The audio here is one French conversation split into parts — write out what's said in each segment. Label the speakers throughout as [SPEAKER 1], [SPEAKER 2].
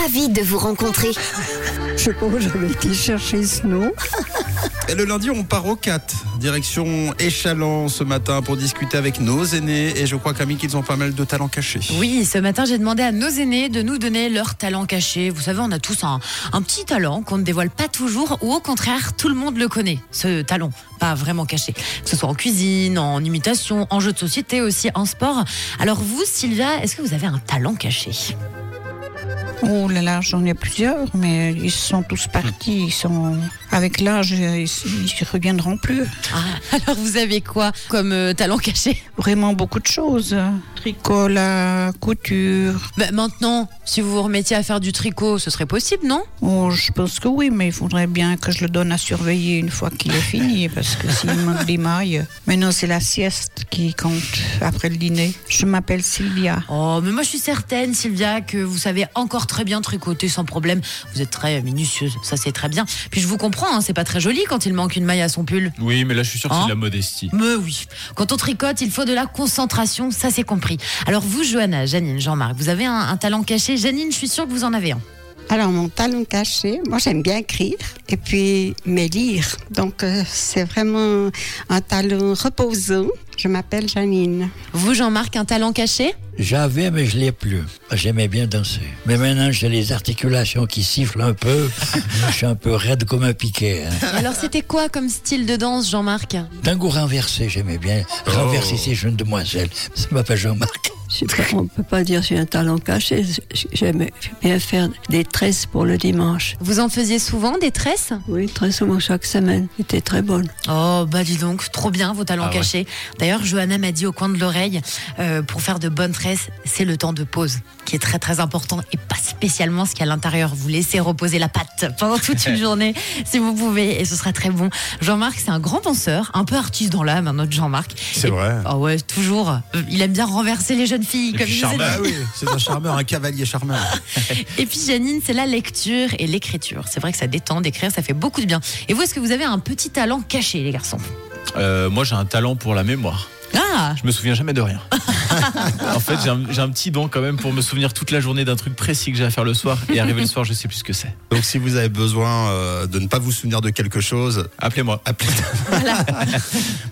[SPEAKER 1] ravie de vous rencontrer.
[SPEAKER 2] Je sais pas où j'avais été chercher ce nom.
[SPEAKER 3] Et le lundi, on part au 4, direction Échalant ce matin pour discuter avec nos aînés. Et je crois, Camille, qu'ils ont pas mal de talents cachés.
[SPEAKER 4] Oui, ce matin, j'ai demandé à nos aînés de nous donner leurs talents cachés. Vous savez, on a tous un, un petit talent qu'on ne dévoile pas toujours, ou au contraire, tout le monde le connaît, ce talent, pas vraiment caché. Que ce soit en cuisine, en imitation, en jeu de société aussi, en sport. Alors vous, Sylvia, est-ce que vous avez un talent caché
[SPEAKER 2] Oh là là, j'en ai plusieurs, mais ils sont tous partis. Ils sont avec l'âge, ils ne reviendront plus.
[SPEAKER 4] Ah, Alors vous avez quoi comme euh, talent caché
[SPEAKER 2] Vraiment beaucoup de choses. Tricot, la couture.
[SPEAKER 4] Bah, Maintenant, si vous vous remettiez à faire du tricot, ce serait possible, non
[SPEAKER 2] Oh, je pense que oui, mais il faudrait bien que je le donne à surveiller une fois qu'il est fini, parce que s'il manque des mailles. Maintenant, c'est la sieste qui compte après le dîner. Je m'appelle Sylvia.
[SPEAKER 4] Oh, mais moi je suis certaine, Sylvia, que vous savez encore très bien tricoter sans problème. Vous êtes très minutieuse, ça c'est très bien. Puis je vous comprends, hein, c'est pas très joli quand il manque une maille à son pull.
[SPEAKER 5] Oui, mais là, je suis sûr que
[SPEAKER 4] Hein
[SPEAKER 5] c'est de la modestie.
[SPEAKER 4] Mais oui, quand on tricote, il faut de la concentration, ça c'est compris. Alors vous, Johanna, Janine, Jean-Marc, vous avez un, un talent caché. Janine, je suis sûre que vous en avez un.
[SPEAKER 6] Alors, mon talent caché, moi j'aime bien écrire et puis mais lire. Donc, euh, c'est vraiment un talent reposant. Je m'appelle Janine.
[SPEAKER 4] Vous, Jean-Marc, un talent caché
[SPEAKER 7] J'avais, mais je l'ai plus. J'aimais bien danser. Mais maintenant, j'ai les articulations qui sifflent un peu. je suis un peu raide comme un piquet. hein.
[SPEAKER 4] Alors c'était quoi comme style de danse, Jean-Marc
[SPEAKER 7] Tango renversé, j'aimais bien. Renverser ces jeunes demoiselles. Ça m'appelle Jean-Marc.
[SPEAKER 8] Je sais pas, on ne peut pas dire que j'ai un talent caché. J- J'aime bien faire des tresses pour le dimanche.
[SPEAKER 4] Vous en faisiez souvent des tresses
[SPEAKER 8] Oui, très souvent chaque semaine. C'était très bonne.
[SPEAKER 4] Oh, bah dis donc, trop bien vos talents
[SPEAKER 5] Ah ouais.
[SPEAKER 4] cachés. D'ailleurs, Johanna m'a dit au coin de l'oreille, euh, pour faire de bonnes tresses, c'est le temps de pause qui est très très important et pas spécialement ce qu'il y a à l'intérieur. Vous laissez reposer la pâte pendant toute une journée si vous pouvez et ce sera très bon. Jean-Marc, c'est un grand penseur, un peu artiste dans l'âme, un autre Jean-Marc.
[SPEAKER 3] C'est vrai.
[SPEAKER 4] Oh ouais, toujours. Euh, Il aime bien renverser les jeunes filles,
[SPEAKER 5] Et
[SPEAKER 4] comme il
[SPEAKER 5] puis
[SPEAKER 4] nous a dit.
[SPEAKER 5] charmeur.
[SPEAKER 3] Ah oui, c'est un charmeur, un cavalier charmeur.
[SPEAKER 4] Et puis Janine, c'est la lecture et l'écriture. C'est vrai que ça détend d'écrire, ça fait beaucoup de bien. Et vous, est-ce que vous avez un petit talent caché, les garçons
[SPEAKER 5] Euh, moi, j'ai un talent pour la mémoire.
[SPEAKER 4] Ah
[SPEAKER 5] Je me souviens jamais de rien. en fait, j'ai un, j'ai un petit don quand même pour me souvenir toute la journée d'un truc précis que j'ai à faire le soir. Et arrivé le soir, je sais plus ce que c'est.
[SPEAKER 3] Donc, si vous avez besoin euh, de ne pas vous souvenir de quelque chose,
[SPEAKER 5] Appelez-moi.
[SPEAKER 3] appelez.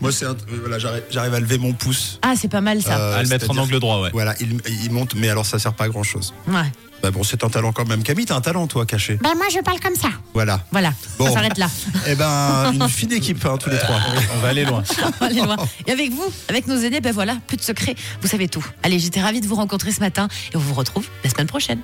[SPEAKER 3] Moi, c'est un- euh, voilà, j'arrive j'arrive à lever mon pouce.
[SPEAKER 4] Ah, c'est pas mal ça.
[SPEAKER 3] Euh,
[SPEAKER 5] à le mettre en
[SPEAKER 3] c'est-à-dire-
[SPEAKER 5] angle droit, ouais.
[SPEAKER 3] Voilà, il, il monte, mais alors ça sert pas à grand chose.
[SPEAKER 4] Ouais.
[SPEAKER 3] Bah bon, c'est un talent quand même. Camille, t'as un talent, toi, caché.
[SPEAKER 1] Ben moi je parle comme ça.
[SPEAKER 3] Voilà.
[SPEAKER 4] Voilà,
[SPEAKER 3] Bon.
[SPEAKER 4] on s'arrête là.
[SPEAKER 3] Eh ben, une fine équipe, hein, tous les trois.
[SPEAKER 5] On va aller loin.
[SPEAKER 4] On va aller loin. Et avec vous, avec nos aînés, ben voilà, plus de secrets. Vous savez tout. Allez, j'étais ravie de vous rencontrer ce matin et on vous retrouve la semaine prochaine.